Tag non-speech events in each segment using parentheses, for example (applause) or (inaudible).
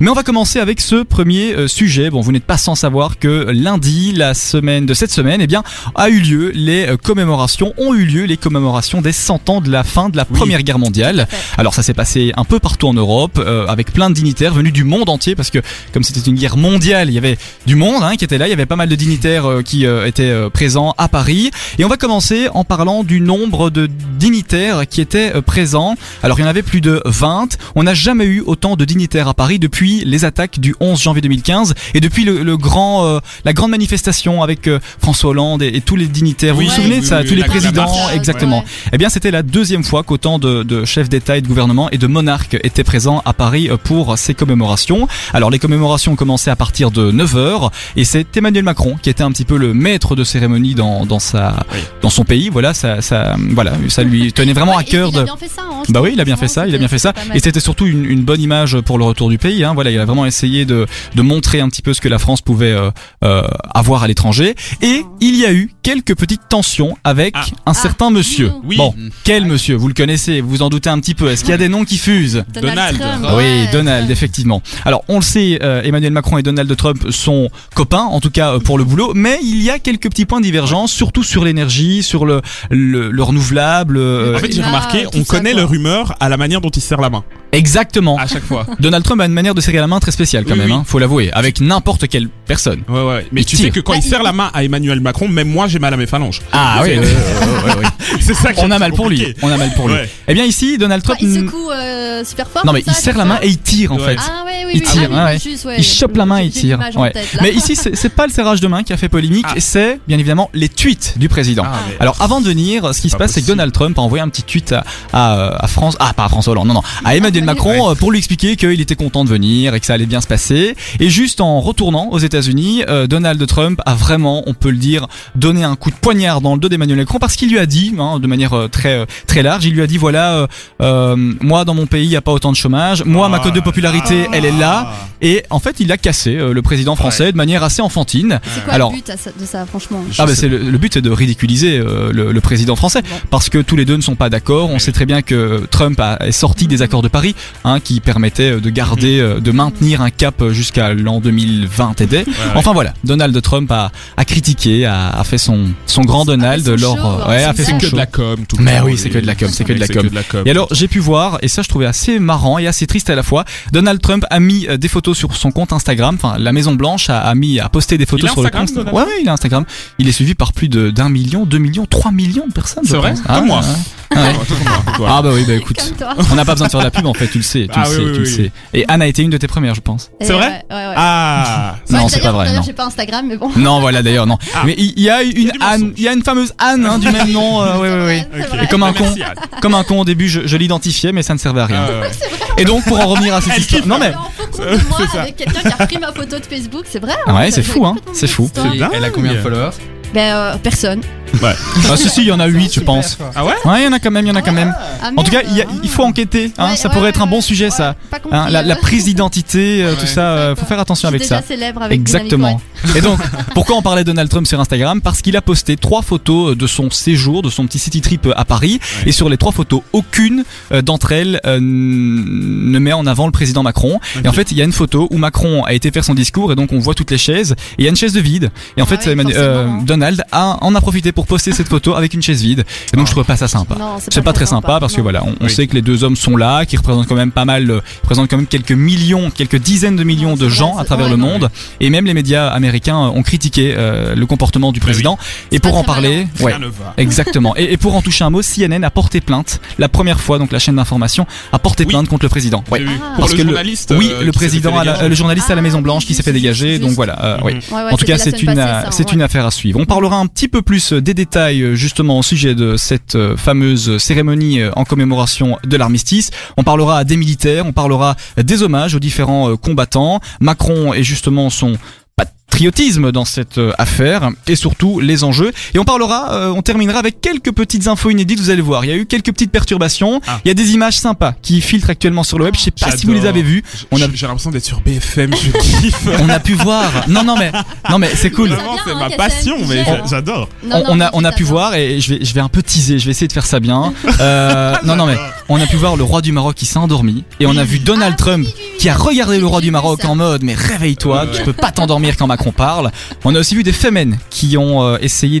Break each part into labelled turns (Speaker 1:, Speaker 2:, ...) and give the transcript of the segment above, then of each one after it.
Speaker 1: Mais on va commencer avec ce premier euh, sujet. Bon, vous n'êtes pas sans savoir que lundi, la semaine de cette semaine, eh bien, a eu lieu les euh, commémorations, ont eu lieu les commémorations des 100 ans de la fin de la Première Guerre mondiale. Alors ça s'est passé un peu partout en Europe, euh, avec plein de dignitaires venus du monde entier, parce que comme c'était une guerre mondiale, il y avait du monde hein, qui était là, il y avait pas mal de dignitaires euh, qui euh, étaient euh, présents à Paris. Et on va commencer en parlant du nombre de dignitaires qui étaient euh, présents. Alors il y en avait plus de 20. On n'a jamais eu autant de dignitaires à Paris depuis les attaques du 11 janvier 2015 et depuis le, le grand, euh, la grande manifestation avec euh, François Hollande et, et tous les dignitaires. vous
Speaker 2: Oui,
Speaker 1: vous souvenez de
Speaker 2: oui,
Speaker 1: ça
Speaker 2: oui,
Speaker 1: Tous
Speaker 2: oui,
Speaker 1: les
Speaker 2: la- la
Speaker 1: présidents,
Speaker 2: marche,
Speaker 1: exactement.
Speaker 3: ouais.
Speaker 1: Eh bien, c'était la deuxième fois qu'autant de, de chefs d'État et de gouvernement et de monarques étaient présents à Paris euh, pour ces commémorations. Alors, les commémorations ont commencé à partir de 9h et c'est Emmanuel Macron qui était un petit peu le maître de cérémonie dans, dans, sa,
Speaker 2: Oui.
Speaker 1: dans son pays. Voilà ça, ça, voilà, ça
Speaker 3: (laughs)
Speaker 1: lui tenait vraiment
Speaker 3: Ouais,
Speaker 1: à
Speaker 3: il-
Speaker 1: cœur
Speaker 3: Il a
Speaker 1: de...
Speaker 3: bien fait ça. hein, je
Speaker 1: Bah
Speaker 3: trouve.
Speaker 1: oui, il a bien fait
Speaker 3: Franchement,
Speaker 1: ça, il a bien fait ça.
Speaker 3: c'était pas mal.
Speaker 1: Et c'était surtout une, une bonne image pour le retour du pays. Hein. Voilà, il a vraiment essayé de, de montrer un petit peu ce que la France pouvait euh, euh, avoir à l'étranger. Et
Speaker 3: Oh.
Speaker 1: il y a eu quelques petites tensions avec
Speaker 2: Ah.
Speaker 1: un certain monsieur.
Speaker 3: dis-nous.
Speaker 2: Oui.
Speaker 1: Bon, quel monsieur Vous le connaissez, vous vous en doutez un petit peu. Est-ce qu'il y a des noms qui fusent
Speaker 2: Donald.
Speaker 3: Trump,
Speaker 1: oui,
Speaker 3: ouais,
Speaker 1: Donald,
Speaker 3: ouais.
Speaker 1: effectivement. Alors, on le sait, euh, Emmanuel Macron et Donald Trump sont copains, en tout cas euh, pour le boulot, mais il y a quelques petits points de divergence, surtout sur l'énergie, sur le, le, le renouvelable. euh,
Speaker 2: en fait, j'ai
Speaker 3: Ah,
Speaker 2: remarqué,
Speaker 3: tout
Speaker 2: on
Speaker 3: ça,
Speaker 2: connaît
Speaker 3: quoi.
Speaker 2: leur humeur à la manière dont ils se serrent la main.
Speaker 1: exactement.
Speaker 2: À chaque fois.
Speaker 1: Donald Trump a une manière de serrer la main très spéciale quand
Speaker 2: Ah. Oui,
Speaker 1: même,
Speaker 2: oui.
Speaker 1: hein, faut l'avouer, avec n'importe quelle personne.
Speaker 2: (laughs) Ouais, ouais. Mais
Speaker 1: Il
Speaker 2: tu sais
Speaker 1: tire.
Speaker 2: que quand
Speaker 3: Bah,
Speaker 2: il
Speaker 3: il-
Speaker 2: serre la main à Emmanuel Macron, même moi, j'ai mal à mes phalanges.
Speaker 1: Ah oui,
Speaker 2: C'est-
Speaker 1: euh, euh, ouais, ouais.
Speaker 2: (laughs) C'est ça qui est
Speaker 1: on a mal pour lui.
Speaker 2: compliqué.
Speaker 1: On a mal pour lui.
Speaker 2: Ouais.
Speaker 1: Eh bien ici, Donald
Speaker 3: Quoi,
Speaker 1: Trump...
Speaker 3: Bah, il secoue euh, super fort.
Speaker 1: Non mais
Speaker 3: comme
Speaker 1: il
Speaker 3: ça,
Speaker 1: serre la
Speaker 3: comme
Speaker 1: main
Speaker 3: ça
Speaker 1: et il tire en fait.
Speaker 2: Ouais.
Speaker 3: Ah ouais, oui,
Speaker 1: il
Speaker 3: oui,
Speaker 1: tire,
Speaker 3: ah, oui,
Speaker 1: ouais.
Speaker 3: juste, ouais.
Speaker 1: Il chope la main et il
Speaker 3: J'ai
Speaker 1: tire.
Speaker 3: l'image en
Speaker 1: Ouais.
Speaker 3: tête, là.
Speaker 1: Mais ici, c'est c'est pas le serrage de main qui a fait polémique,
Speaker 2: Ah.
Speaker 1: et c'est bien évidemment les tweets du président.
Speaker 2: Ah, mais-
Speaker 1: Alors avant de venir, ce qui se
Speaker 2: Pas
Speaker 1: passe, c'est que
Speaker 2: possible.
Speaker 1: Donald Trump a envoyé un petit tweet à, à, à France, ah pas à François Hollande, non non, à Emmanuel
Speaker 3: Ah,
Speaker 1: Macron euh, pour lui expliquer qu'il était content de venir et que ça allait bien se passer. Et juste en retournant aux États-Unis, euh, Donald Trump a vraiment, on peut le dire, donné un coup de poignard dans le dos d'Emmanuel Macron parce qu'il lui a dit, hein, de manière euh, très euh, très large, il lui a dit voilà, euh, euh, moi dans mon pays il y a pas autant de chômage, moi
Speaker 2: Ah.
Speaker 1: ma cote de popularité elle est là. Et en fait, il a cassé euh, le président français de manière assez enfantine.
Speaker 3: C'est quoi
Speaker 1: Alors-
Speaker 3: le but à ça- de ça, franchement
Speaker 1: Ah bah c'est le, le but c'est de ridiculiser euh, le, le président français
Speaker 3: Bon.
Speaker 1: parce que tous les deux ne sont pas d'accord. On sait très bien que Trump a, est sorti des accords de Paris hein, qui permettaient de garder, euh, de maintenir un cap euh, jusqu'à l'an 2020 et des. Enfin voilà, Donald Trump a, a critiqué, a, a fait son son grand
Speaker 3: fait
Speaker 1: Donald
Speaker 3: son
Speaker 1: lors,
Speaker 3: show,
Speaker 1: euh, ouais,
Speaker 3: hein,
Speaker 1: a fait
Speaker 3: c'est
Speaker 1: son
Speaker 2: que
Speaker 1: show.
Speaker 2: de la com, tout le
Speaker 1: Mais
Speaker 2: temps,
Speaker 1: oui, c'est
Speaker 2: et-
Speaker 1: que de la com, c'est que de la
Speaker 2: c'est
Speaker 1: com.
Speaker 2: la com.
Speaker 1: Et alors j'ai pu voir, et ça je trouvais assez marrant et assez triste à la fois, Donald Trump a mis euh, des photos sur son compte Instagram, enfin la Maison Blanche a, a mis a posté des photos
Speaker 2: Il a
Speaker 1: sur
Speaker 2: Instagram,
Speaker 1: le compte.
Speaker 2: Donald
Speaker 1: ouais, ouais, il a Instagram. Il est suivi par plus de d'un million, deux millions, trois millions de personnes. je
Speaker 2: C'est vrai
Speaker 1: pense.
Speaker 2: Comme moi.
Speaker 1: Ah,
Speaker 2: Ouais, tout comme moi, tout comme moi.
Speaker 1: Ah bah oui, bah écoute.
Speaker 2: (laughs)
Speaker 3: Comme toi.
Speaker 1: On n'a pas besoin de faire de la pub en fait, tu le sais, tu
Speaker 2: Ah
Speaker 1: le
Speaker 2: oui,
Speaker 1: sais,
Speaker 2: oui,
Speaker 1: tu le
Speaker 2: oui.
Speaker 1: sais. Et Anne a été une de tes premières, je pense.
Speaker 3: Et
Speaker 2: C'est vrai
Speaker 3: ouais, ouais, ouais.
Speaker 2: Ah
Speaker 3: Ouais,
Speaker 1: non, c'est pas
Speaker 3: d'ailleurs-
Speaker 1: vrai. Non.
Speaker 3: D'ailleurs, j'ai pas Instagram, mais bon.
Speaker 1: Non, voilà d'ailleurs, non.
Speaker 2: Ah.
Speaker 1: Mais il il y a une
Speaker 2: du
Speaker 1: Anne,
Speaker 2: mensonge.
Speaker 1: il y a une fameuse Anne hein, du même nom. euh, oui, oui,
Speaker 3: (laughs) C'est
Speaker 2: Ok.
Speaker 3: vrai.
Speaker 1: Et comme un
Speaker 2: Merci,
Speaker 1: con.
Speaker 2: Anne.
Speaker 1: oui. Comme un con au début, je, je l'identifiais, mais ça ne servait à rien.
Speaker 2: Ah ouais.
Speaker 1: Et donc pour en revenir à cette
Speaker 2: Elle
Speaker 1: histoire,
Speaker 2: kiffe.
Speaker 1: non mais
Speaker 3: Alors, faut compte de moi
Speaker 2: C'est ça.
Speaker 3: avec quelqu'un qui a pris ma photo de Facebook, c'est vrai. hein,
Speaker 1: Ouais, c'est
Speaker 3: j'avais
Speaker 1: fou, hein,
Speaker 3: complètement
Speaker 1: c'est
Speaker 3: oublié
Speaker 1: fou.
Speaker 3: cette histoire.
Speaker 2: dingue.
Speaker 4: Elle a combien de followers
Speaker 3: Ben, euh, personne.
Speaker 1: Ah, si, si, il y en a 8, je pense.
Speaker 2: Ah ouais
Speaker 1: Ouais, il y en a quand même, il y en a quand même.
Speaker 3: Ah,
Speaker 1: En tout cas,
Speaker 3: merde,
Speaker 1: il, y a-
Speaker 3: hein.
Speaker 1: il faut enquêter, hein,
Speaker 3: Ouais,
Speaker 1: ça
Speaker 3: ouais,
Speaker 1: pourrait être un bon
Speaker 3: ouais,
Speaker 1: sujet,
Speaker 3: ouais,
Speaker 1: ça.
Speaker 3: pas compris,
Speaker 1: Hein, la, la
Speaker 3: euh,
Speaker 1: prise d'identité, euh, tout
Speaker 4: Ouais.
Speaker 1: ça, euh, faut faire
Speaker 3: je suis
Speaker 1: attention avec
Speaker 3: déjà
Speaker 1: ça.
Speaker 3: célèbre avec
Speaker 1: Exactement. Et
Speaker 3: (laughs)
Speaker 1: donc, pourquoi on parlait de Donald Trump sur Instagram Parce qu'il a posté trois photos euh, de son séjour, de son petit city trip euh, à Paris.
Speaker 2: Ouais.
Speaker 1: Et sur les trois photos, aucune euh, d'entre elles euh, n- ne met en avant le président Macron.
Speaker 2: Ok.
Speaker 1: Et en fait, il y a une photo où Macron a été faire son discours et donc on voit toutes les chaises. Et il y a une chaise de vide. Et en
Speaker 3: Ah
Speaker 1: fait,
Speaker 3: oui,
Speaker 1: Emmanuel-
Speaker 3: forcément,
Speaker 1: euh,
Speaker 3: hein.
Speaker 1: Donald a, en a profité pour poster cette photo avec une chaise vide. Et donc, je trouvais pas ça sympa.
Speaker 3: Non,
Speaker 1: C'est pas très sympa parce que
Speaker 3: non.
Speaker 1: voilà, on, on
Speaker 2: Oui.
Speaker 1: sait que les deux hommes sont là, qui représentent quand même pas mal, euh, représentent quand même quelques millions, quelques dizaines de millions de
Speaker 3: Ouais,
Speaker 1: gens
Speaker 3: c'est-
Speaker 1: à travers
Speaker 3: ouais,
Speaker 1: le
Speaker 3: non,
Speaker 1: monde. Et même les médias américains euh, ont critiqué euh, le comportement du
Speaker 2: Eh oui.
Speaker 1: président. Et pour
Speaker 3: pas
Speaker 1: en
Speaker 3: très
Speaker 1: parler, ouais.
Speaker 2: Rien ne va.
Speaker 1: Exactement. Et, et pour en toucher un mot, CNN a porté plainte. La première fois, donc la chaîne d'information a porté
Speaker 2: Oui.
Speaker 1: plainte contre le président. Ouais.
Speaker 2: J'ai vu.
Speaker 3: Ah.
Speaker 2: Pour
Speaker 1: Parce
Speaker 2: le
Speaker 1: que le-
Speaker 2: journaliste.
Speaker 1: Oui,
Speaker 2: euh,
Speaker 1: le
Speaker 2: qui s'est fait
Speaker 1: président, à la-
Speaker 2: dégager.
Speaker 1: euh, le journaliste à la Maison Blanche qui s'est fait
Speaker 3: Ah, oui,
Speaker 1: dégager.
Speaker 3: juste,
Speaker 1: Donc
Speaker 3: juste.
Speaker 1: voilà, euh, oui.
Speaker 3: Ouais, ouais,
Speaker 1: En tout
Speaker 3: c'était
Speaker 1: cas,
Speaker 3: la
Speaker 1: c'est
Speaker 3: semaine
Speaker 1: une,
Speaker 3: passée, ça, hein,
Speaker 1: euh, c'est
Speaker 3: ouais.
Speaker 1: une affaire à suivre. On parlera un petit peu plus des détails euh, justement au sujet de cette euh, fameuse cérémonie euh, en commémoration de l'armistice. On parlera des militaires, on parlera des hommages aux différents euh, combattants. Macron et justement son pas patriotisme dans cette euh, affaire et surtout les enjeux. Et on parlera, euh, on terminera avec quelques petites infos inédites, vous allez voir. Il y a eu quelques petites perturbations.
Speaker 2: Ah.
Speaker 1: Il y a des images sympas qui filtrent actuellement sur le web. Je sais pas si vous les
Speaker 2: J'adore.
Speaker 1: avez vues. On
Speaker 2: On
Speaker 1: a,
Speaker 2: J'ai l'impression d'être sur BFM, je kiffe.
Speaker 1: on a pu voir. Non, non, mais, non, mais c'est cool.
Speaker 2: Vraiment,
Speaker 3: Ça vient,
Speaker 2: c'est
Speaker 3: hein,
Speaker 2: ma
Speaker 3: Cassel,
Speaker 2: passion, mais
Speaker 3: Michel.
Speaker 2: j'adore.
Speaker 1: On, on a, on a pu voir et je vais, je vais un peu teaser, je vais essayer de faire ça
Speaker 3: (laughs)
Speaker 1: bien. Euh, non, non, mais on a pu voir le roi du Maroc qui s'est endormi et on a vu
Speaker 3: Ah
Speaker 1: Donald Trump qui a regardé le roi du Maroc en mode mais réveille-toi,
Speaker 2: Ouais.
Speaker 1: tu peux pas t'endormir quand Macron parle. On a aussi vu des femmes qui ont euh, essayé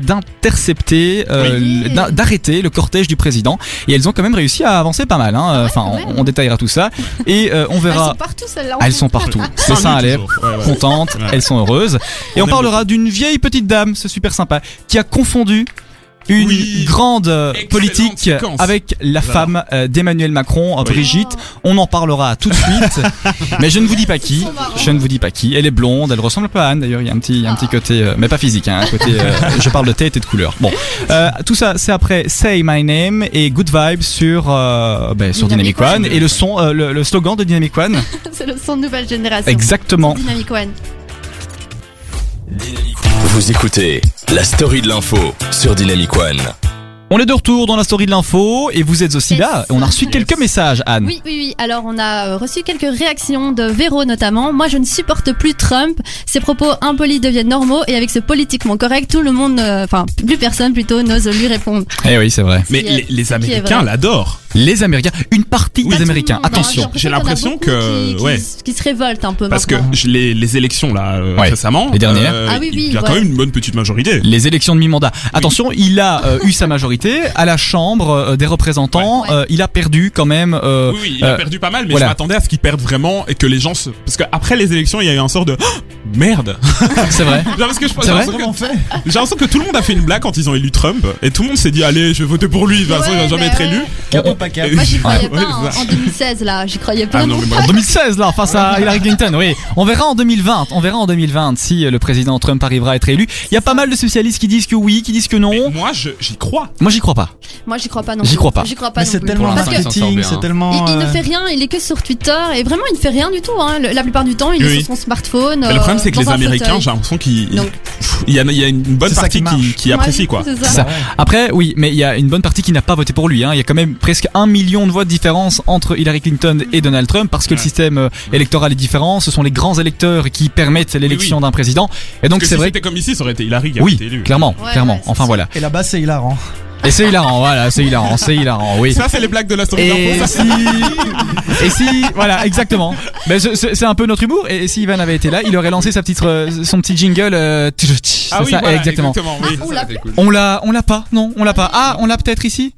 Speaker 1: d'intercepter, euh,
Speaker 3: Oui.
Speaker 1: le- d'a- d'arrêter le cortège du président et elles ont quand même réussi à avancer pas mal. hein. Enfin,
Speaker 3: Ah quand même.
Speaker 1: on, on détaillera tout ça et euh, on verra.
Speaker 3: Elles sont partout Ah, celles-là. en
Speaker 1: Elles
Speaker 3: fait.
Speaker 1: sont partout. C'est
Speaker 2: Cinq
Speaker 1: ça à
Speaker 2: minutes
Speaker 1: lèvres
Speaker 2: toujours. Ouais, ouais.
Speaker 1: contentes,
Speaker 2: Ouais.
Speaker 1: elles sont heureuses. Et
Speaker 2: On
Speaker 1: on,
Speaker 2: aime
Speaker 1: parlera d'une vieille petite dame, c'est super sympa, qui a confondu une
Speaker 2: Oui.
Speaker 1: grande euh,
Speaker 2: Excellente
Speaker 1: politique
Speaker 2: séquence.
Speaker 1: avec la
Speaker 2: Alors.
Speaker 1: femme euh, d'Emmanuel Macron, euh,
Speaker 2: Oui.
Speaker 1: Brigitte. On en parlera
Speaker 2: (laughs)
Speaker 1: tout de suite, mais je ne vous dis pas qui.
Speaker 3: sont marrants. Ah.
Speaker 1: Je ne vous dis pas qui. Elle est blonde, elle ressemble un peu à Anne d'ailleurs. Il y a un petit, il y a un petit côté, euh, mais pas physique. Hein, un côté,
Speaker 2: (laughs)
Speaker 1: euh, je parle de tête et de couleur. Bon, Euh, tout ça, c'est après Say My Name et Good Vibes sur euh, ben, sur
Speaker 3: Dynamic
Speaker 1: Dynamic One et le son, euh, le, le slogan de Dynamic
Speaker 3: (laughs)
Speaker 1: One.
Speaker 3: (laughs) C'est le son de nouvelle génération.
Speaker 1: Exactement.
Speaker 3: Dynamic One.
Speaker 4: Vous écoutez la story de l'info sur Dynamic One.
Speaker 1: On est de retour dans la story de l'info et vous êtes aussi
Speaker 3: Yes.
Speaker 1: là. On a reçu quelques messages, Anne.
Speaker 3: Oui, oui, oui. Alors, on a euh, reçu quelques réactions de Véro notamment. Moi, je ne supporte plus Trump. Ses propos impolis deviennent normaux et avec ce politiquement correct, tout le monde, euh, enfin, plus personne plutôt n'ose lui répondre.
Speaker 1: Eh oui, c'est vrai.
Speaker 2: Mais
Speaker 3: Qui est-
Speaker 2: les, les
Speaker 3: qui est
Speaker 2: Américains
Speaker 3: vrai.
Speaker 2: l'adorent.
Speaker 1: Les Américains, une partie
Speaker 3: Pas
Speaker 1: des
Speaker 3: tout le
Speaker 1: Américains.
Speaker 3: monde, hein.
Speaker 1: Attention.
Speaker 2: J'ai l'impression
Speaker 3: qu'il y en a beaucoup
Speaker 2: que-
Speaker 3: Qui, qui
Speaker 2: ouais.
Speaker 3: s- qui se révoltent un peu.
Speaker 2: Parce que
Speaker 3: maintenant.
Speaker 2: je- les, les élections, là, euh,
Speaker 1: Ouais.
Speaker 2: récemment.
Speaker 1: Les dernières.
Speaker 2: euh,
Speaker 3: Ah oui, oui,
Speaker 2: Il y a
Speaker 3: ouais.
Speaker 2: quand même une bonne petite majorité.
Speaker 1: Les élections de mi-mandat. Attention, il a euh, eu sa majorité à la Chambre euh, des représentants.
Speaker 3: Ouais.
Speaker 1: Euh, il a perdu quand même. euh,
Speaker 2: Oui, oui, il
Speaker 1: euh,
Speaker 2: a perdu pas mal, mais
Speaker 1: voilà.
Speaker 2: je m'attendais à ce qu'il perde vraiment et que les gens se. Parce qu'après les élections, il y a eu un sort de. Oh,
Speaker 3: (laughs)
Speaker 2: merde
Speaker 1: C'est vrai.
Speaker 2: Genre, parce que je- j'ai
Speaker 1: vrai
Speaker 2: l'impression que- j'ai l'impression que tout le monde a fait une blague quand ils ont élu Trump et tout le monde s'est dit allez je vais voter pour lui de toute façon il va
Speaker 3: Ouais,
Speaker 2: jamais
Speaker 3: bah
Speaker 2: être
Speaker 3: ouais.
Speaker 2: élu
Speaker 1: On- on-
Speaker 2: Et-
Speaker 3: Moi, j'y croyais
Speaker 2: (laughs) Ouais,
Speaker 3: pas hein.
Speaker 2: ouais, c'est
Speaker 3: en,
Speaker 2: ça.
Speaker 3: 2016, là. J'y croyais pas.
Speaker 2: Ah non, mais moi,
Speaker 1: En 2016, là, face à Hillary Clinton, oui. On verra en 2020. On verra en 2020 si euh, le président Trump arrivera à être élu. Il y a pas mal de socialistes qui disent que oui, qui disent que non.
Speaker 2: Mais moi je- j'y crois
Speaker 1: Moi, j'y crois pas.
Speaker 3: Moi, j'y crois pas non
Speaker 1: J'y
Speaker 3: plus.
Speaker 1: crois pas.
Speaker 3: J'y crois pas
Speaker 5: Mais
Speaker 3: non
Speaker 5: c'est
Speaker 3: plus.
Speaker 5: tellement
Speaker 3: Parce que
Speaker 6: marketing, s'en sort
Speaker 5: marketing,
Speaker 6: bien, hein.
Speaker 5: c'est tellement.
Speaker 3: il, il ne
Speaker 5: euh,
Speaker 3: fait rien, il est que sur Twitter et vraiment il ne fait rien du tout. Hein. Le- la plupart du temps, il est
Speaker 2: Oui.
Speaker 3: sur son smartphone.
Speaker 2: Mais le
Speaker 3: euh,
Speaker 2: problème c'est que
Speaker 3: dans
Speaker 2: les
Speaker 3: un
Speaker 2: Américains
Speaker 3: fauteuil.
Speaker 2: j'ai l'impression qu'ils
Speaker 3: Donc.
Speaker 2: Pff, il y, en a- il y a une bonne
Speaker 5: C'est ça
Speaker 2: partie
Speaker 5: qui
Speaker 2: qui,
Speaker 5: marche.
Speaker 2: qui apprécie quoi
Speaker 3: C'est
Speaker 1: C'est
Speaker 3: ça.
Speaker 1: ça. Après, oui, mais il y a une bonne partie qui n'a pas voté pour lui. Hein. Il y a quand même presque un million de voix de différence entre Hillary Clinton et Donald Trump parce que le
Speaker 2: Ouais.
Speaker 1: système euh, électoral est différent. Ce sont les grands électeurs qui permettent l'élection d'un président. Et donc
Speaker 2: Parce que
Speaker 1: c'est
Speaker 2: si
Speaker 1: vrai. que
Speaker 2: c'était comme ici ça aurait été Hillary qui a
Speaker 1: Oui,
Speaker 2: été élu
Speaker 1: clairement,
Speaker 3: Ouais,
Speaker 1: clairement.
Speaker 3: ouais, c'est
Speaker 1: enfin
Speaker 3: sûr.
Speaker 1: voilà.
Speaker 5: Et là-bas, c'est hein. hilarant.
Speaker 3: (laughs)
Speaker 1: Et c'est hilarant, voilà, c'est hilarant, c'est hilarant, oui.
Speaker 2: ça c'est les blagues de la story
Speaker 1: Et
Speaker 2: d'info, ça,
Speaker 1: si, et si, voilà, exactement. Ben, ce- ce- c'est un peu notre humour. Et, si Ivan avait été là, il aurait lancé sa petite, euh, son petit jingle. euh, (laughs) tch, tch, tch,
Speaker 2: ah
Speaker 1: c'est
Speaker 2: oui,
Speaker 1: ça,
Speaker 2: voilà,
Speaker 1: exactement.
Speaker 2: oui.
Speaker 3: Ah, oula.
Speaker 1: On l'a, on l'a pas, non, on l'a pas. Ah, on l'a peut-être ici.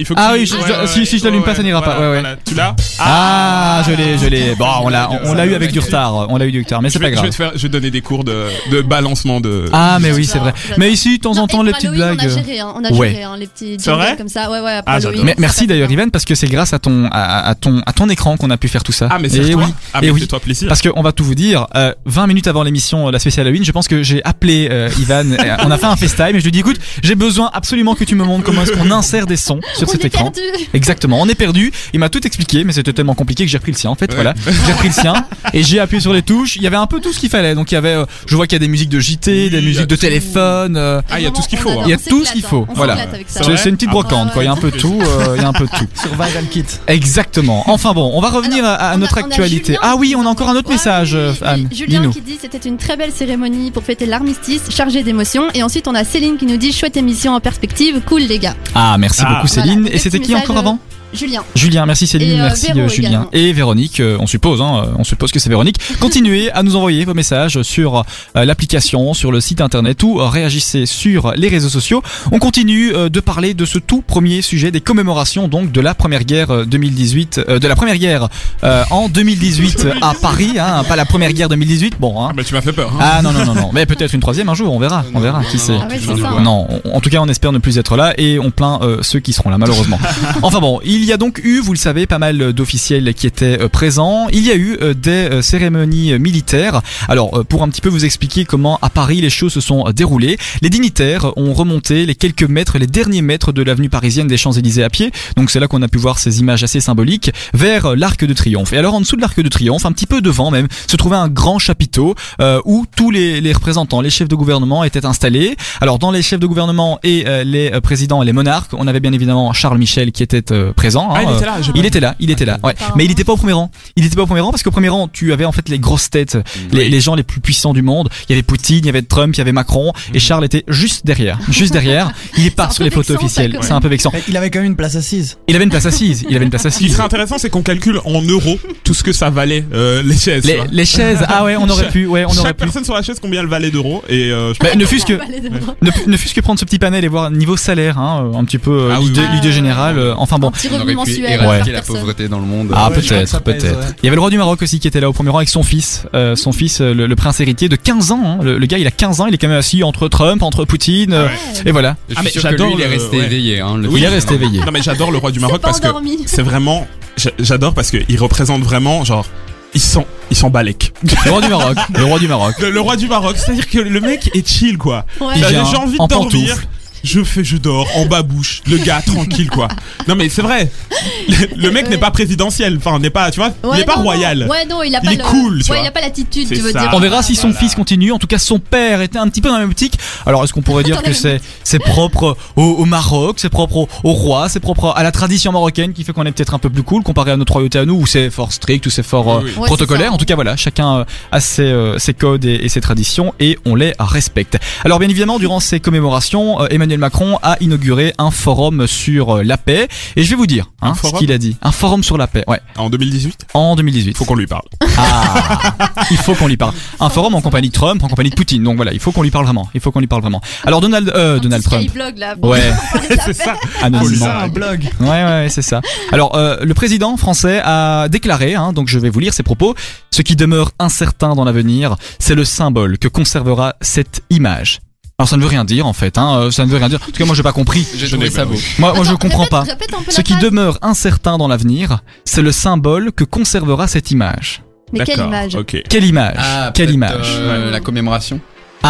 Speaker 2: Il faut
Speaker 1: Ah
Speaker 2: que tu-
Speaker 1: oui, je- je- si- si je l'allume pas, ça n'ira
Speaker 2: voilà,
Speaker 1: pas, ouais, ouais.
Speaker 2: voilà. Tu l'as
Speaker 1: Ah, je l'ai, je l'ai. Bon, on l'a, on l'a eu avec du retard. On l'a eu du retard, mais
Speaker 2: je
Speaker 1: c'est pas
Speaker 2: vais, je
Speaker 1: grave.
Speaker 2: vais te faire, je vais te donner des cours de, de balancement de.
Speaker 1: Ah, mais oui, c'est vrai. Mais ici, de temps en
Speaker 3: Non,
Speaker 1: temps,
Speaker 3: et
Speaker 1: les
Speaker 3: pour
Speaker 1: petites
Speaker 3: Halloween,
Speaker 1: blagues.
Speaker 3: On a géré, hein, on a
Speaker 1: Ouais.
Speaker 3: géré hein, les petits
Speaker 2: C'est vrai
Speaker 3: jingles comme ça. Ouais, ouais, après
Speaker 2: Ah,
Speaker 3: Halloween,
Speaker 2: j'adore.
Speaker 1: Mais
Speaker 3: ça
Speaker 1: merci
Speaker 3: passe
Speaker 1: d'ailleurs,
Speaker 3: bien.
Speaker 1: Ivan, parce que c'est grâce à ton, à, à ton, à ton écran qu'on a pu faire tout ça.
Speaker 2: Ah, mais
Speaker 1: Eh
Speaker 2: c'est toi.
Speaker 1: oui.
Speaker 2: Ah,
Speaker 1: Eh
Speaker 2: mais
Speaker 1: oui.
Speaker 2: c'est toi plaisir.
Speaker 1: Parce qu'on va tout vous dire, euh, 20 minutes avant l'émission, euh, la spéciale Halloween, je pense que j'ai appelé euh,
Speaker 3: (laughs)
Speaker 1: Ivan, euh, on a fait un FaceTime et je lui ai dit écoute, j'ai besoin absolument que tu me montres comment est-ce qu'on insère des sons sur
Speaker 3: On
Speaker 1: cet
Speaker 3: est
Speaker 1: écran.
Speaker 3: perdu.
Speaker 1: Exactement, on est perdu. Il m'a tout expliqué, mais c'était tellement compliqué que j'ai repris le sien. En fait,
Speaker 2: Ouais.
Speaker 3: (laughs)
Speaker 1: voilà, j'ai repris le sien et j'ai appuyé sur les touches. Il y avait un peu tout ce qu'il fallait. Donc il y avait, euh, je vois qu'il y a des musiques de JT, des
Speaker 2: Oui, il y
Speaker 1: musiques
Speaker 2: a
Speaker 1: de
Speaker 2: tout.
Speaker 1: téléphone. euh,
Speaker 2: Ah, il y a tout ce qu'il
Speaker 3: On
Speaker 2: faut, hein.
Speaker 3: adore,
Speaker 1: Il y a
Speaker 3: on
Speaker 1: tout ce qu'il
Speaker 3: s'éclate, hein.
Speaker 1: faut,
Speaker 3: On
Speaker 1: voilà.
Speaker 3: s'éclate avec ça.
Speaker 2: C'est
Speaker 1: c'est c'est une petite
Speaker 2: Ah,
Speaker 1: brocante,
Speaker 3: ouais.
Speaker 1: quoi. Il y a un peu de tout, euh, il y a un peu de
Speaker 3: (laughs)
Speaker 1: tout.
Speaker 5: Survival kit.
Speaker 1: Exactement. Enfin bon, on va revenir
Speaker 3: Alors,
Speaker 1: à, à
Speaker 3: on a-
Speaker 1: notre
Speaker 3: on a
Speaker 1: actualité.
Speaker 3: Julien
Speaker 1: ah oui,
Speaker 3: qui
Speaker 1: on a
Speaker 3: nous
Speaker 1: encore un autre
Speaker 3: envoie-
Speaker 1: message,
Speaker 3: Ouais,
Speaker 1: euh,
Speaker 3: oui,
Speaker 1: Anne.
Speaker 3: oui. Julien
Speaker 1: Dis-nous.
Speaker 3: qui dit c'était une très belle cérémonie pour fêter l'armistice, chargée d'émotions. Et ensuite, on a Céline qui nous dit chouette émission en perspective, cool les gars.
Speaker 1: Ah, merci
Speaker 2: Ah.
Speaker 1: beaucoup Céline.
Speaker 3: Voilà,
Speaker 1: Et c'était
Speaker 3: petit
Speaker 1: qui
Speaker 3: message,
Speaker 1: encore
Speaker 3: euh,
Speaker 1: avant
Speaker 3: Julien.
Speaker 1: Julien, merci Céline,
Speaker 3: Et, euh,
Speaker 1: merci
Speaker 3: Véro
Speaker 1: euh, Julien.
Speaker 3: également.
Speaker 1: Et Véronique, euh, on suppose, hein, euh, on suppose que c'est
Speaker 3: (laughs)
Speaker 1: Véronique. Continuez à nous envoyer vos messages sur euh, l'application, sur le site internet ou euh, réagissez sur les réseaux sociaux. On continue euh, de parler de ce tout premier sujet des commémorations donc de la première guerre euh, 2018, euh, de la première guerre euh, en 2018 à Paris, hein, pas la première guerre 2018, bon. Hein.
Speaker 2: Ah, bah, tu m'as fait peur. hein.
Speaker 1: Ah non non non non, mais peut-être une troisième un jour, on verra, on verra, qui sait.
Speaker 3: Ah ouais, c'est ça.
Speaker 1: Non, on- en tout cas, on espère ne plus être là et on plaint euh, ceux qui seront là, malheureusement. enfin bon, il Il y a donc eu, vous le savez, pas mal d'officiels qui étaient euh, présents. Il y a eu euh, des euh, cérémonies euh, militaires. Alors, euh, pour un petit peu vous expliquer comment à Paris les choses se sont euh, déroulées, les dignitaires ont remonté les quelques mètres, les derniers mètres de l'avenue parisienne des Champs-Élysées à pied. Donc, c'est là qu'on a pu voir ces images assez symboliques vers euh, l'Arc de Triomphe. Et alors, en dessous de l'Arc de Triomphe, un petit peu devant même, se trouvait un grand chapiteau euh, où tous les, les représentants, les chefs de gouvernement étaient installés. Alors dans les chefs de gouvernement et euh, les euh, présidents et les monarques, on avait bien évidemment Charles Michel qui était euh, présent. hein,
Speaker 2: Ah, il était là, j'ai pas
Speaker 1: il était là, il était là, ouais. Mais il n'était pas au premier rang. Il n'était pas au premier rang parce qu'au premier rang, tu avais en fait les grosses
Speaker 6: Mm,
Speaker 1: têtes, les, les gens les plus puissants du monde. Il y avait Poutine, il y avait Trump, il y avait Macron,
Speaker 6: Mm.
Speaker 1: et Charles était juste derrière, juste derrière. Il est
Speaker 3: C'est
Speaker 1: pas
Speaker 3: un
Speaker 1: sur
Speaker 3: peu
Speaker 1: les photos
Speaker 3: vexant, ça,
Speaker 1: officielles.
Speaker 3: quand
Speaker 1: C'est un peu vexant.
Speaker 5: Il avait quand même une place assise.
Speaker 1: Il avait une place assise. Il avait une place
Speaker 2: Ce
Speaker 6: (laughs)
Speaker 2: qui
Speaker 1: assise.
Speaker 2: serait intéressant, c'est qu'on calcule en euros tout ce que ça valait euh, les chaises. tu
Speaker 1: Les,
Speaker 2: vois.
Speaker 1: les chaises. Ah ouais, on aurait pu. Ouais, on
Speaker 2: Chaque
Speaker 1: aurait pu.
Speaker 2: personne sur la chaise, combien elle valait d'euros Et euh, je
Speaker 1: Bah, ne fût-ce que
Speaker 3: Palais de Bourbon.
Speaker 1: ne, ne fût-ce que prendre ce petit panel et voir niveau salaire, hein, euh, un petit peu euh,
Speaker 6: Ah oui,
Speaker 1: l'idée
Speaker 6: oui.
Speaker 1: l'idée générale. euh, enfin bon.
Speaker 3: Un petit
Speaker 6: On
Speaker 3: revenu
Speaker 6: aurait pu
Speaker 3: mensuel.
Speaker 6: éradiquer
Speaker 3: par
Speaker 6: la
Speaker 3: personne.
Speaker 6: pauvreté dans le monde.
Speaker 1: Ah
Speaker 5: Ouais, je crois que
Speaker 1: peut-être,
Speaker 5: ça pèse,
Speaker 1: peut-être.
Speaker 5: ouais.
Speaker 1: Il y avait le roi du Maroc aussi qui était là au premier rang avec son fils, euh, son fils euh, le, le prince héritier de 15 ans. hein. Le, le gars il a 15 ans, il est quand même assis entre Trump, entre Poutine, euh, et voilà.
Speaker 6: Je
Speaker 2: Ah,
Speaker 6: suis
Speaker 2: mais
Speaker 6: sûr que
Speaker 2: j'adore
Speaker 6: lui, il est
Speaker 2: le-
Speaker 6: resté
Speaker 2: ouais.
Speaker 6: éveillé. Hein, le
Speaker 1: il est
Speaker 6: fils.
Speaker 1: resté éveillé.
Speaker 2: Non mais j'adore le roi du Maroc
Speaker 3: pas
Speaker 2: parce que
Speaker 3: endormi.
Speaker 2: c'est vraiment j'a- j'adore parce que il représente vraiment genre ils sont ils sont balèques.
Speaker 1: Le roi du Maroc, le roi du Maroc.
Speaker 2: Le, le roi du Maroc, c'est-à-dire que le mec est chill quoi.
Speaker 3: Ouais.
Speaker 1: Il
Speaker 2: J'ai
Speaker 1: vient
Speaker 2: envie de
Speaker 1: en
Speaker 2: dormir.
Speaker 1: pantoufles.
Speaker 2: Je fais, je dors en babouche. Le gars tranquille quoi. Non mais c'est vrai. Le, le mec
Speaker 3: Ouais.
Speaker 2: n'est pas présidentiel. Enfin, n'est pas, tu vois, il
Speaker 3: Ouais,
Speaker 2: n'est pas
Speaker 3: non, non.
Speaker 2: royal.
Speaker 3: Ouais, non, il a pas
Speaker 2: Il est
Speaker 3: le-
Speaker 2: cool, tu
Speaker 3: ouais,
Speaker 2: vois.
Speaker 3: il a pas l'attitude,
Speaker 2: C'est
Speaker 3: tu veux
Speaker 2: ça.
Speaker 3: dire. oh,
Speaker 1: On verra si son
Speaker 2: Voilà.
Speaker 1: fils continue. En tout cas, son père était un petit peu dans la même optique. Alors, est-ce qu'on pourrait dire que c'est c'est propre au, au Maroc, c'est propre au, au roi, c'est propre à la tradition marocaine qui fait qu'on est peut-être un peu plus cool comparé à notre royauté à nous où c'est fort strict ou c'est fort euh,
Speaker 2: Oui,
Speaker 3: oui. Ouais, c'est
Speaker 1: protocolaire.
Speaker 3: ça.
Speaker 1: En tout cas, voilà, chacun euh, a ses, euh, ses codes et, et ses traditions et on les respecte. Alors, bien évidemment, durant ces commémorations, euh, Emmanuel Macron a inauguré un forum sur euh, la paix et je vais vous dire hein,
Speaker 2: Un
Speaker 1: ce
Speaker 2: forum
Speaker 1: qu'il a dit. Un forum sur la paix, ouais,
Speaker 2: En 2018,
Speaker 1: en 2018.
Speaker 2: faut qu'on lui parle.
Speaker 1: Ah, il faut qu'on lui parle. Un forum en compagnie de Trump, en compagnie de Poutine. Donc voilà, il faut qu'on lui parle vraiment. Il faut qu'on lui parle vraiment. Alors Donald, euh,
Speaker 3: Un
Speaker 1: Donald
Speaker 3: petit
Speaker 1: Trump.
Speaker 3: Skyblog, là. (laughs)
Speaker 1: Ouais,
Speaker 2: c'est ça.
Speaker 5: Ah, c'est
Speaker 1: anonymement.
Speaker 5: ça, un blog.
Speaker 1: Ouais, ouais, ouais, c'est ça. Alors, euh, le président français a déclaré, hein, donc je vais vous lire ses propos, ce qui demeure incertain dans l'avenir, c'est le symbole que conservera cette image. Alors ça ne veut rien dire en fait, hein, euh, ça ne veut rien dire. En tout cas, moi j'ai pas compris.
Speaker 6: J'ai bah trouvé
Speaker 2: n'ai
Speaker 6: ça
Speaker 2: pas-
Speaker 6: beau.
Speaker 1: Moi, moi Oh, je
Speaker 3: Attends,
Speaker 1: comprends
Speaker 3: répète-
Speaker 1: pas.
Speaker 3: répète un peu
Speaker 1: Ce
Speaker 3: la
Speaker 1: qui
Speaker 3: phrase.
Speaker 1: demeure incertain dans l'avenir, c'est le symbole que conservera cette image.
Speaker 3: Mais quelle
Speaker 2: D'accord,
Speaker 3: image
Speaker 2: Ok.
Speaker 1: Quelle image
Speaker 6: Ah,
Speaker 1: Quelle
Speaker 6: peut-être,
Speaker 1: image
Speaker 6: euh, La commémoration.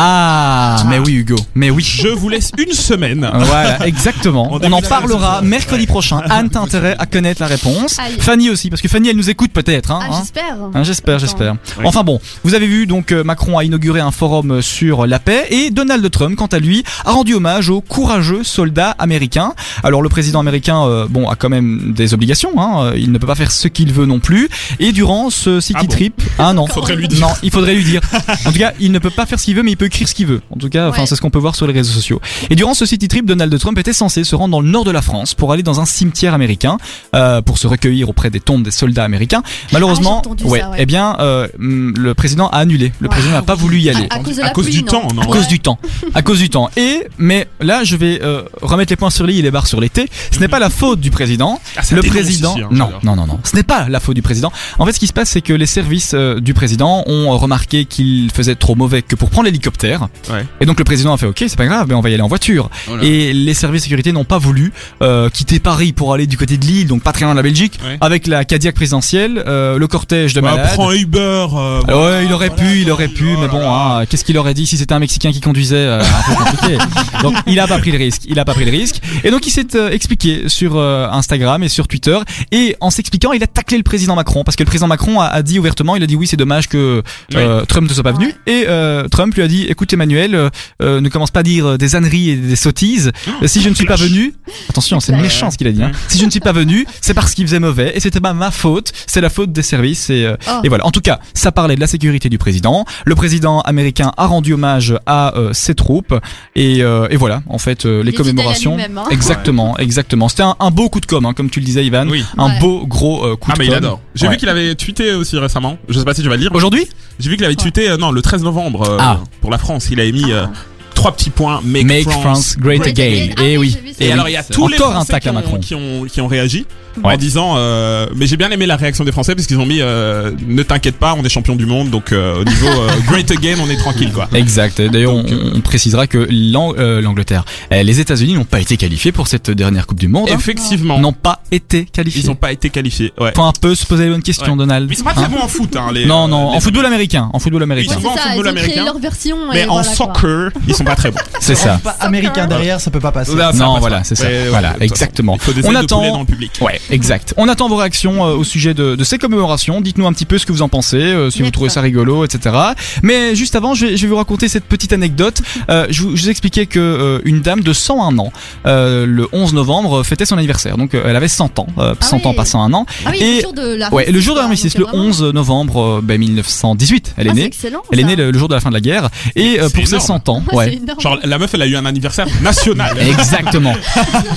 Speaker 1: Ah, mais oui Hugo, mais oui.
Speaker 2: Je vous laisse une semaine.
Speaker 1: Voilà, exactement.
Speaker 2: On
Speaker 1: On,
Speaker 2: débute
Speaker 1: en
Speaker 2: la
Speaker 1: parlera
Speaker 2: saison.
Speaker 1: mercredi prochain. Anne, t'as intérêt à connaître la réponse.
Speaker 3: Aïe.
Speaker 1: Fanny aussi, parce que Fanny, elle nous écoute peut-être. Hein,
Speaker 3: Ah,
Speaker 1: hein.
Speaker 3: j'espère.
Speaker 1: Hein, j'espère,
Speaker 3: Attends.
Speaker 1: j'espère.
Speaker 2: Oui.
Speaker 1: Enfin bon, vous avez vu, donc euh, Macron a inauguré un forum euh, sur la paix et Donald Trump, quant à lui, a rendu hommage aux courageux soldats américains. Alors le président américain, euh, bon, a quand même des obligations. Hein, euh, il ne peut pas faire ce qu'il veut non plus. Et durant ce city
Speaker 2: Ah bon
Speaker 1: trip, ah non,
Speaker 2: Faudrait lui dire.
Speaker 1: non, il faudrait lui dire. En tout cas, il ne peut pas faire ce qu'il veut, mais il peut écrire ce qu'il veut. En tout cas, enfin,
Speaker 3: Ouais.
Speaker 1: c'est ce qu'on peut voir sur les réseaux sociaux. Et durant ce city trip, Donald Trump était censé se rendre dans le nord de la France pour aller dans un cimetière américain euh, pour se recueillir auprès des tombes des soldats américains. Malheureusement,
Speaker 3: Ah, j'ai entendu
Speaker 1: ouais,
Speaker 3: ça, ouais.
Speaker 1: eh bien, euh, hum, le président a annulé. Le
Speaker 3: Ah,
Speaker 1: président n'a pas voulu y
Speaker 3: À-
Speaker 1: aller.
Speaker 3: À, cause de la
Speaker 2: à cause
Speaker 3: pluie,
Speaker 2: du
Speaker 3: non.
Speaker 2: temps, non
Speaker 1: À cause du temps. À cause du temps. Et, mais là, je vais euh, remettre les points sur les i et les barres sur les t. Ce n'est pas la faute du président.
Speaker 2: Ah, ça
Speaker 1: le
Speaker 2: dénonce
Speaker 1: président.
Speaker 2: ici, hein,
Speaker 1: non,
Speaker 2: j'adore.
Speaker 1: non, non, non. Ce n'est pas la faute du président. En fait, ce qui se passe, c'est que les services euh, du président ont euh, remarqué qu'il faisait trop mauvais que pour prendre l'hélicoptère.
Speaker 2: Ouais.
Speaker 1: Et donc, le président a fait OK, c'est pas grave, mais on va y aller en voiture.
Speaker 6: Oh là.
Speaker 1: Et les services de sécurité n'ont pas voulu euh, quitter Paris pour aller du côté de Lille, donc pas très loin de la Belgique,
Speaker 2: Ouais.
Speaker 1: avec la Cadillac présidentielle, euh, le cortège de
Speaker 2: Bah,
Speaker 1: malades.
Speaker 2: prends Uber. euh,
Speaker 1: Ah Ouais, il aurait
Speaker 2: voilà,
Speaker 1: pu, il aurait pu,
Speaker 2: oh
Speaker 1: mais
Speaker 2: là
Speaker 1: bon,
Speaker 2: là.
Speaker 1: hein, qu'est-ce qu'il aurait dit si c'était un Mexicain qui conduisait euh, un peu
Speaker 2: (laughs)
Speaker 1: compliqué. Donc, il a pas pris le risque, il a pas pris le risque. Et donc, il s'est euh, expliqué sur euh, Instagram et sur Twitter. Et en s'expliquant, il a taclé le président Macron parce que le président Macron a, a dit ouvertement, il a dit oui, c'est dommage que euh, Trump ne soit pas venu. Et euh, Trump lui a dit, écoute Emmanuel, euh, euh, ne commence pas à dire euh, des âneries et des sottises.
Speaker 2: Oh,
Speaker 1: Euh, Si je ne suis pas venu, attention, c'est
Speaker 3: Clash.
Speaker 1: méchant ce qu'il a dit. hein. Si je ne suis pas venu, c'est parce qu'il faisait mauvais et c'était pas ma faute, c'est la faute des services et euh,
Speaker 3: Oh.
Speaker 1: et voilà, en tout cas, ça parlait de la sécurité du président. Le président américain a rendu hommage à euh, ses troupes. Et, euh, et voilà, en fait, euh, les
Speaker 3: Il est fidèle à
Speaker 1: commémorations.
Speaker 3: lui-même, hein.
Speaker 1: (laughs) Exactement, exactement. C'était un, un beau coup de com, hein, comme tu le disais, Ivan.
Speaker 2: Oui.
Speaker 1: Un
Speaker 3: Ouais.
Speaker 1: beau gros euh, coup
Speaker 2: Ah
Speaker 1: de
Speaker 2: mais
Speaker 1: com.
Speaker 2: il adore. J'ai
Speaker 1: Ouais.
Speaker 2: vu qu'il avait tweeté aussi récemment. Je sais pas si tu vas le lire.
Speaker 1: Aujourd'hui
Speaker 2: J'ai vu qu'il avait tweeté euh, non le 13 novembre euh,
Speaker 1: Ah.
Speaker 2: pour la France. Il avait mis euh, trois petits points. Make,
Speaker 1: Make
Speaker 2: France,
Speaker 1: France great
Speaker 3: great
Speaker 1: again.
Speaker 3: again. Ah
Speaker 1: Et
Speaker 3: oui,
Speaker 1: oui.
Speaker 3: j'ai vu ça.
Speaker 2: Et
Speaker 1: Eh
Speaker 2: alors
Speaker 1: oui.
Speaker 2: il y a tous les
Speaker 1: encore un
Speaker 2: Français
Speaker 1: tac
Speaker 2: qui
Speaker 1: à
Speaker 2: ont,
Speaker 1: Macron.
Speaker 2: Qui, ont, qui ont réagi en
Speaker 1: Ouais.
Speaker 2: disant euh, mais j'ai bien aimé la réaction des Français parce qu'ils ont mis euh, ne t'inquiète pas on est champion du monde donc euh, au
Speaker 1: (laughs)
Speaker 2: niveau euh, great again on est tranquille quoi.
Speaker 1: (laughs) Exact. Et D'ailleurs, on,
Speaker 2: Donc, euh,
Speaker 1: on précisera que l'Ang- euh, l'Angleterre, euh, les États-Unis n'ont pas été qualifiés pour cette dernière Coupe du Monde. hein.
Speaker 2: Effectivement
Speaker 1: N'ont pas été qualifiés.
Speaker 2: ils n'ont pas été qualifiés ouais.
Speaker 1: Faut un peu se poser les bonnes questions,
Speaker 2: Ouais.
Speaker 1: Donald.
Speaker 2: Mais ils sont pas très
Speaker 1: Hein
Speaker 2: bons en foot hein, les,
Speaker 1: non,
Speaker 2: euh,
Speaker 1: non,
Speaker 2: les-
Speaker 1: en football américain, en football américain.
Speaker 2: Ils sont
Speaker 3: c'est
Speaker 2: bons en
Speaker 3: ça,
Speaker 2: football
Speaker 3: ils ont créé
Speaker 2: américain,
Speaker 3: leur version.
Speaker 2: mais
Speaker 3: et
Speaker 2: en
Speaker 3: voilà, quoi.
Speaker 2: soccer ils sont pas très bons.
Speaker 1: C'est ça.
Speaker 5: Pas américain
Speaker 3: hein.
Speaker 5: derrière, ça peut pas passer.
Speaker 2: Là, ça
Speaker 1: Non,
Speaker 2: passe
Speaker 1: voilà,
Speaker 2: pas.
Speaker 1: c'est ça.
Speaker 2: Ouais, ouais,
Speaker 1: Voilà,
Speaker 2: de toute façon,
Speaker 1: exactement.
Speaker 2: Il faut des
Speaker 1: On
Speaker 2: ailes de
Speaker 1: attend-
Speaker 2: poulet dans le public.
Speaker 1: Ouais, exact. On attend vos réactions euh, au sujet de, de ces commémorations. Dites-nous un petit peu ce que vous en pensez, euh, si vous
Speaker 3: Merci.
Speaker 1: trouvez ça rigolo, etc. Mais juste avant, je vais, je vais vous raconter cette petite anecdote. Euh, je, vous, je vous expliquais que euh, une dame de 101 ans, euh, le 11 novembre, euh, fêtait son anniversaire. Donc, euh, elle avait 100 ans, euh,
Speaker 3: Ah
Speaker 1: 100 ans
Speaker 3: oui.
Speaker 1: pas 101 ans.
Speaker 3: Ah oui,
Speaker 1: Et-
Speaker 3: le jour de la
Speaker 1: Ouais, le jour de l'armistice,
Speaker 3: donc
Speaker 1: le
Speaker 3: vraiment-
Speaker 1: 11 novembre euh, ben, 1918, elle est
Speaker 3: Ah, c'est
Speaker 1: née.
Speaker 3: excellent,
Speaker 1: Elle est
Speaker 3: ça. (laughs)
Speaker 1: née le, le jour de la fin de la guerre. Et euh,
Speaker 2: C'est
Speaker 1: pour ses
Speaker 2: énorme.
Speaker 1: 100 ans,
Speaker 3: Ah, c'est
Speaker 1: ouais.
Speaker 3: énorme.
Speaker 2: Genre la meuf elle a eu un anniversaire national.
Speaker 3: (laughs)
Speaker 1: Exactement.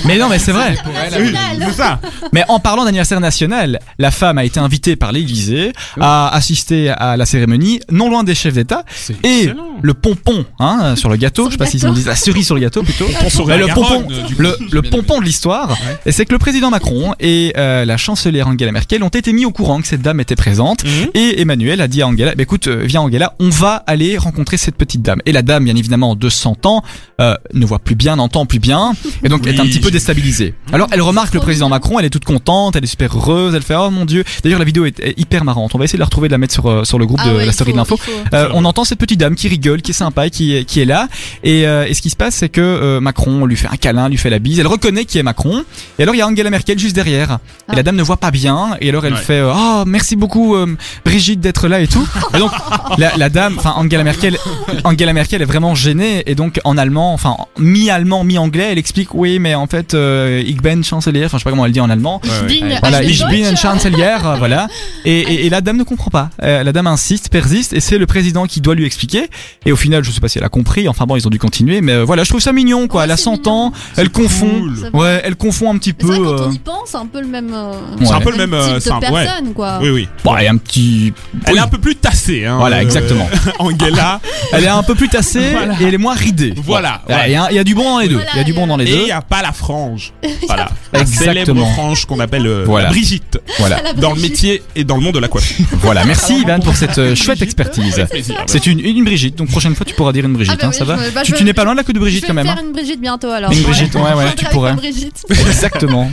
Speaker 1: mais non, mais c'est vrai.
Speaker 2: Oui,
Speaker 3: National.
Speaker 2: c'est ça.
Speaker 1: Mais en parlant d'anniversaire national, la femme a été invitée par l'Élysée à assister à la cérémonie, non loin des chefs d'État. Et
Speaker 2: excellent.
Speaker 1: le pompon hein, sur le gâteau,
Speaker 3: Sur
Speaker 1: je sais pas
Speaker 3: le
Speaker 1: s'ils ont
Speaker 3: gâteau.
Speaker 1: dit la cerise sur le gâteau plutôt.
Speaker 2: On saurait
Speaker 1: Mais le
Speaker 2: la
Speaker 1: pompon,
Speaker 2: Garonne, du coup.
Speaker 1: le, le pompon de l'histoire, et c'est que le président Macron et euh, la chancelière Angela Merkel ont été mis au courant que cette dame était présente.
Speaker 2: Mhm.
Speaker 1: Et Emmanuel a dit à Angela, bah, écoute, euh, viens Angela, on va aller rencontrer cette petite dame. Et la dame, bien évidemment, de 100 ans, euh, ne voit plus bien, n'entend plus bien, et donc
Speaker 2: Oui,
Speaker 1: est un petit peu
Speaker 2: j'ai-
Speaker 1: déstabilisée. Alors elle remarque le
Speaker 3: Trop
Speaker 1: président
Speaker 3: mignon.
Speaker 1: Macron, elle est toute contente, elle est super heureuse, elle fait, oh mon dieu. D'ailleurs, la vidéo est, est hyper marrante, on va essayer de la retrouver, de la mettre sur, euh, sur le groupe
Speaker 3: Ah
Speaker 1: de
Speaker 3: ouais,
Speaker 1: la
Speaker 3: il
Speaker 1: story de
Speaker 3: faut-
Speaker 1: l'info.
Speaker 3: il faut-
Speaker 1: Euh, on entend cette petite dame qui rigole, qui est sympa, et qui, est- qui est là. Et, euh, et ce qui se passe, c'est que euh, Macron lui fait un câlin, lui fait la bise. Elle reconnaît qui est Macron. Et alors il y a Angela Merkel juste derrière. Et
Speaker 3: Ah.
Speaker 1: la dame ne voit pas bien. Et alors elle
Speaker 2: Ouais.
Speaker 1: fait euh, Oh, merci beaucoup euh, Brigitte d'être là et tout. Et donc la, la dame, enfin Angela Merkel, Angela Merkel est vraiment gênée. Et donc en allemand, enfin mi-allemand, mi-anglais, elle explique Oui, mais en fait, euh, ich bin chancelier. Enfin, je sais pas comment elle dit en allemand.
Speaker 2: Ouais, ouais.
Speaker 3: Digne, ah,
Speaker 1: Voilà,
Speaker 3: je vais
Speaker 1: ich bin
Speaker 3: Deutsch.
Speaker 1: ein Chancelier,
Speaker 3: (laughs)
Speaker 1: euh, voilà. Et, et, et la dame ne comprend pas. Euh, la dame insiste, persiste, et c'est le président qui doit lui expliquer. Et au final, je sais pas si elle a compris. Enfin bon, ils ont dû continuer, mais euh, voilà, je trouve ça mignon, quoi.
Speaker 3: Ouais,
Speaker 1: elle a
Speaker 3: c'est
Speaker 1: 100 ans,
Speaker 3: mignon.
Speaker 1: elle confond.
Speaker 2: Cool.
Speaker 3: Ça va.
Speaker 1: Ouais, elle confond un petit
Speaker 3: Mais
Speaker 1: peu.
Speaker 3: c'est vrai, quand
Speaker 1: euh,
Speaker 3: on y pense, c'est un peu le même. euh,
Speaker 1: Ouais.
Speaker 2: C'est un peu le même. euh,
Speaker 3: type
Speaker 2: c'est
Speaker 3: de
Speaker 2: un- ouais.
Speaker 3: personne, quoi.
Speaker 2: Oui, oui.
Speaker 1: bon, elle est un petit.
Speaker 2: Elle
Speaker 1: oui.
Speaker 2: est un peu plus tassée. Hein,
Speaker 1: Voilà,
Speaker 2: euh,
Speaker 3: (laughs)
Speaker 1: exactement.
Speaker 2: (laughs)
Speaker 1: Ah,
Speaker 2: Angela.
Speaker 1: Elle est un peu plus tassée
Speaker 2: Voilà.
Speaker 1: et elle est moins ridée.
Speaker 2: Voilà,
Speaker 1: Ouais,
Speaker 2: ouais.
Speaker 1: Il y, a- il y a du bon dans les deux. Il
Speaker 3: Voilà,
Speaker 1: y a du bon dans les
Speaker 2: Et il
Speaker 1: deux.
Speaker 2: n'y a pas la
Speaker 3: (laughs)
Speaker 2: frange. Voilà. La
Speaker 1: Exactement.
Speaker 2: célèbre frange qu'on appelle euh,
Speaker 1: Voilà.
Speaker 2: la Brigitte.
Speaker 1: Voilà,
Speaker 3: À la
Speaker 2: Dans le
Speaker 3: Brigitte.
Speaker 2: métier et dans le monde de la coiffure.
Speaker 1: voilà. Merci Ivan pour cette euh, chouette expertise. C'est une, une Brigitte, donc prochaine fois tu pourras dire une Brigitte,
Speaker 3: bah Ah bah
Speaker 1: hein,
Speaker 3: oui,
Speaker 1: ça va
Speaker 3: je- bah,
Speaker 1: Tu,
Speaker 3: je-
Speaker 1: tu n'es pas loin de la queue de Brigitte
Speaker 3: je vais
Speaker 1: quand même. hein.
Speaker 3: faire une Brigitte bientôt alors.
Speaker 1: Une Brigitte, ouais, ouais,
Speaker 3: On
Speaker 1: tu
Speaker 3: travaille
Speaker 1: pourrais.
Speaker 3: comme Brigitte.
Speaker 1: Exactement.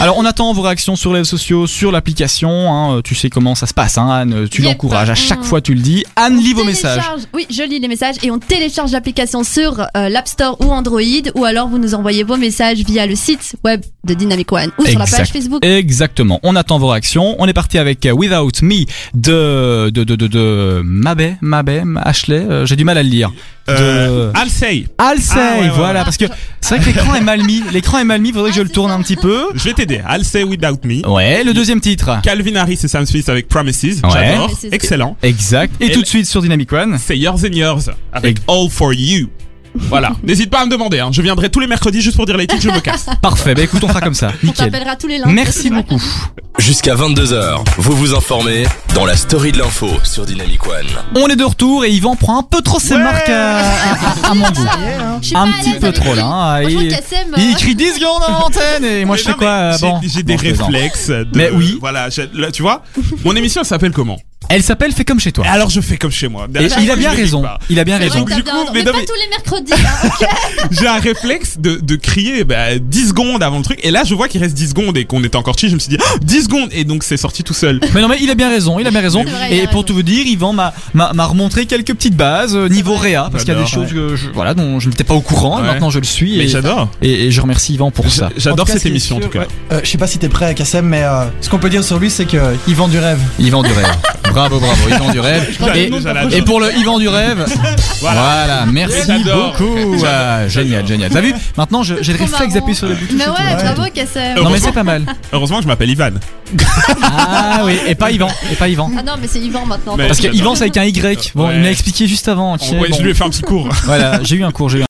Speaker 1: Alors on attend vos réactions sur les réseaux sociaux, sur l'application. hein, euh, tu sais comment ça se passe, hein, Anne. Tu
Speaker 3: Yep.
Speaker 1: l'encourages à chaque
Speaker 3: Mm.
Speaker 1: fois, tu le dis. Anne, lis vos messages.
Speaker 3: Télécharge- Oui, je lis les messages et on télécharge l'application sur euh, l'App Store ou Android ou alors vous nous envoyez vos messages via le site web de Dynamic One ou sur la
Speaker 1: Exact.
Speaker 3: page Facebook.
Speaker 1: Exactement. On attend vos réactions. On est parti avec euh, Without Me de de de de, de Mabé, Mabé, Ashley. euh, J'ai du mal à le lire. De
Speaker 2: Euh, Alsey,
Speaker 1: Alsey,
Speaker 2: Ah, ouais, ouais,
Speaker 1: voilà,
Speaker 2: ouais.
Speaker 1: parce que c'est vrai que l'écran est mal
Speaker 2: (laughs)
Speaker 1: mis. L'écran est mal mis. Faudrait que
Speaker 3: Ah,
Speaker 1: je le tourne un petit peu.
Speaker 2: je vais t'aider. Alsey Without Me.
Speaker 1: Ouais, le deuxième titre.
Speaker 2: Calvin Harris et Sam Smith avec Promises.
Speaker 1: Ouais.
Speaker 2: J'adore.
Speaker 3: Promises.
Speaker 2: Excellent.
Speaker 1: Exact. Et,
Speaker 2: Et
Speaker 1: tout
Speaker 2: le-
Speaker 1: de suite sur Dynamic One.
Speaker 2: C'est Yours and Yours avec All for You.
Speaker 1: (laughs)
Speaker 2: Voilà. N'hésite pas à me demander. hein. Je viendrai tous les mercredis juste pour dire les titres. Je me casse.
Speaker 1: Parfait. Bah écoute, on fera comme ça.
Speaker 3: On
Speaker 1: Nickel.
Speaker 3: t'appellera tous les lundis.
Speaker 1: Merci beaucoup.
Speaker 4: Jusqu'à 22h, vous vous informez dans la story de l'info sur Dynamic One.
Speaker 1: On est de retour et Yvan prend un peu trop ses
Speaker 2: Ouais.
Speaker 1: marques à, à- à- à mon
Speaker 2: (laughs)
Speaker 1: goût.
Speaker 3: Je suis pas
Speaker 1: Un
Speaker 3: à
Speaker 1: petit
Speaker 3: l'aise
Speaker 1: peu
Speaker 3: avec
Speaker 1: trop
Speaker 3: lui.
Speaker 1: là. hein.
Speaker 3: Franchement,
Speaker 1: Il,
Speaker 3: KSM,
Speaker 1: il
Speaker 3: euh,
Speaker 1: crie 10 secondes en antenne et moi je
Speaker 2: Mais
Speaker 1: fais
Speaker 2: non, mais
Speaker 1: quoi euh,
Speaker 2: j'ai-
Speaker 1: bon,
Speaker 2: J'ai
Speaker 1: bon,
Speaker 2: des
Speaker 1: je plaisante.
Speaker 2: réflexes. De,
Speaker 1: Mais oui.
Speaker 2: Voilà, j'ai- là, tu vois, mon émission elle s'appelle comment
Speaker 1: Elle s'appelle Fais comme chez toi.
Speaker 2: Alors je fais comme chez moi.
Speaker 1: Et
Speaker 2: Derrière,
Speaker 1: il a
Speaker 2: Ah, bah, je
Speaker 1: bien
Speaker 2: ne
Speaker 1: raison.
Speaker 2: clique pas.
Speaker 1: Il a bien
Speaker 3: c'est vrai
Speaker 1: raison.
Speaker 3: que
Speaker 2: raison.
Speaker 3: t'as
Speaker 2: Du
Speaker 3: bien-
Speaker 2: coup, mais
Speaker 3: mais
Speaker 2: non,
Speaker 3: pas
Speaker 2: mais-
Speaker 3: tous les mercredis.
Speaker 1: (laughs)
Speaker 3: hein.
Speaker 2: J'ai un réflexe de, de crier bah, 10 secondes avant le truc. Et là, je vois qu'il reste 10 secondes et qu'on était encore chi. Je me suis dit Ah, 10 secondes et donc c'est sorti tout seul.
Speaker 1: Mais non mais il a bien raison, il a bien raison.
Speaker 3: C'est vrai, il a
Speaker 1: Et pour
Speaker 3: raison.
Speaker 1: tout vous dire, Yvan m'a m'a m'a remontré quelques petites bases euh, niveau
Speaker 3: vrai.
Speaker 1: réa parce qu'il y a des
Speaker 2: J'adore,
Speaker 1: choses que je, voilà dont je n'étais pas au courant. et
Speaker 2: Ouais.
Speaker 1: Maintenant je le suis
Speaker 2: Mais
Speaker 1: et,
Speaker 2: j'adore.
Speaker 1: et, et je remercie Yvan pour ça.
Speaker 2: J'adore
Speaker 5: En tout cas,
Speaker 2: cette
Speaker 5: c'est
Speaker 2: émission en
Speaker 5: sûr,
Speaker 2: tout cas.
Speaker 5: ouais. Euh, je sais pas si t'es prêt, Kassem, mais euh, ce qu'on peut dire sur lui, c'est que il vend du rêve.
Speaker 1: Yvan du rêve. Bravo bravo Yvan du rêve.
Speaker 2: J'adore,
Speaker 1: Et,
Speaker 2: j'adore.
Speaker 1: et pour le Yvan du rêve,
Speaker 2: (laughs) Voilà.
Speaker 1: Voilà, merci
Speaker 2: (laughs) J'adore.
Speaker 1: beaucoup. Ah, génial, génial. T'as vu Maintenant, je- j'ai le
Speaker 3: Trop
Speaker 1: réflexe
Speaker 3: marrant.
Speaker 1: d'appuyer sur le bouton.
Speaker 3: Mais ouais,
Speaker 5: tout.
Speaker 3: bravo KSM.
Speaker 1: Non mais c'est pas mal.
Speaker 2: Heureusement que je m'appelle Ivan.
Speaker 1: Ah oui, et pas Yvan, et pas Yvan.
Speaker 3: Ah non, mais c'est Yvan maintenant.
Speaker 2: Mais-
Speaker 1: Parce que
Speaker 2: J'adore.
Speaker 1: Yvan c'est avec un Y. Bon,
Speaker 2: Ouais.
Speaker 1: il m'a expliqué juste avant. ok,
Speaker 2: Ouais,
Speaker 1: bon. (laughs)
Speaker 2: Je lui ai fait un petit cours.
Speaker 1: Voilà, j'ai eu un cours, j'ai eu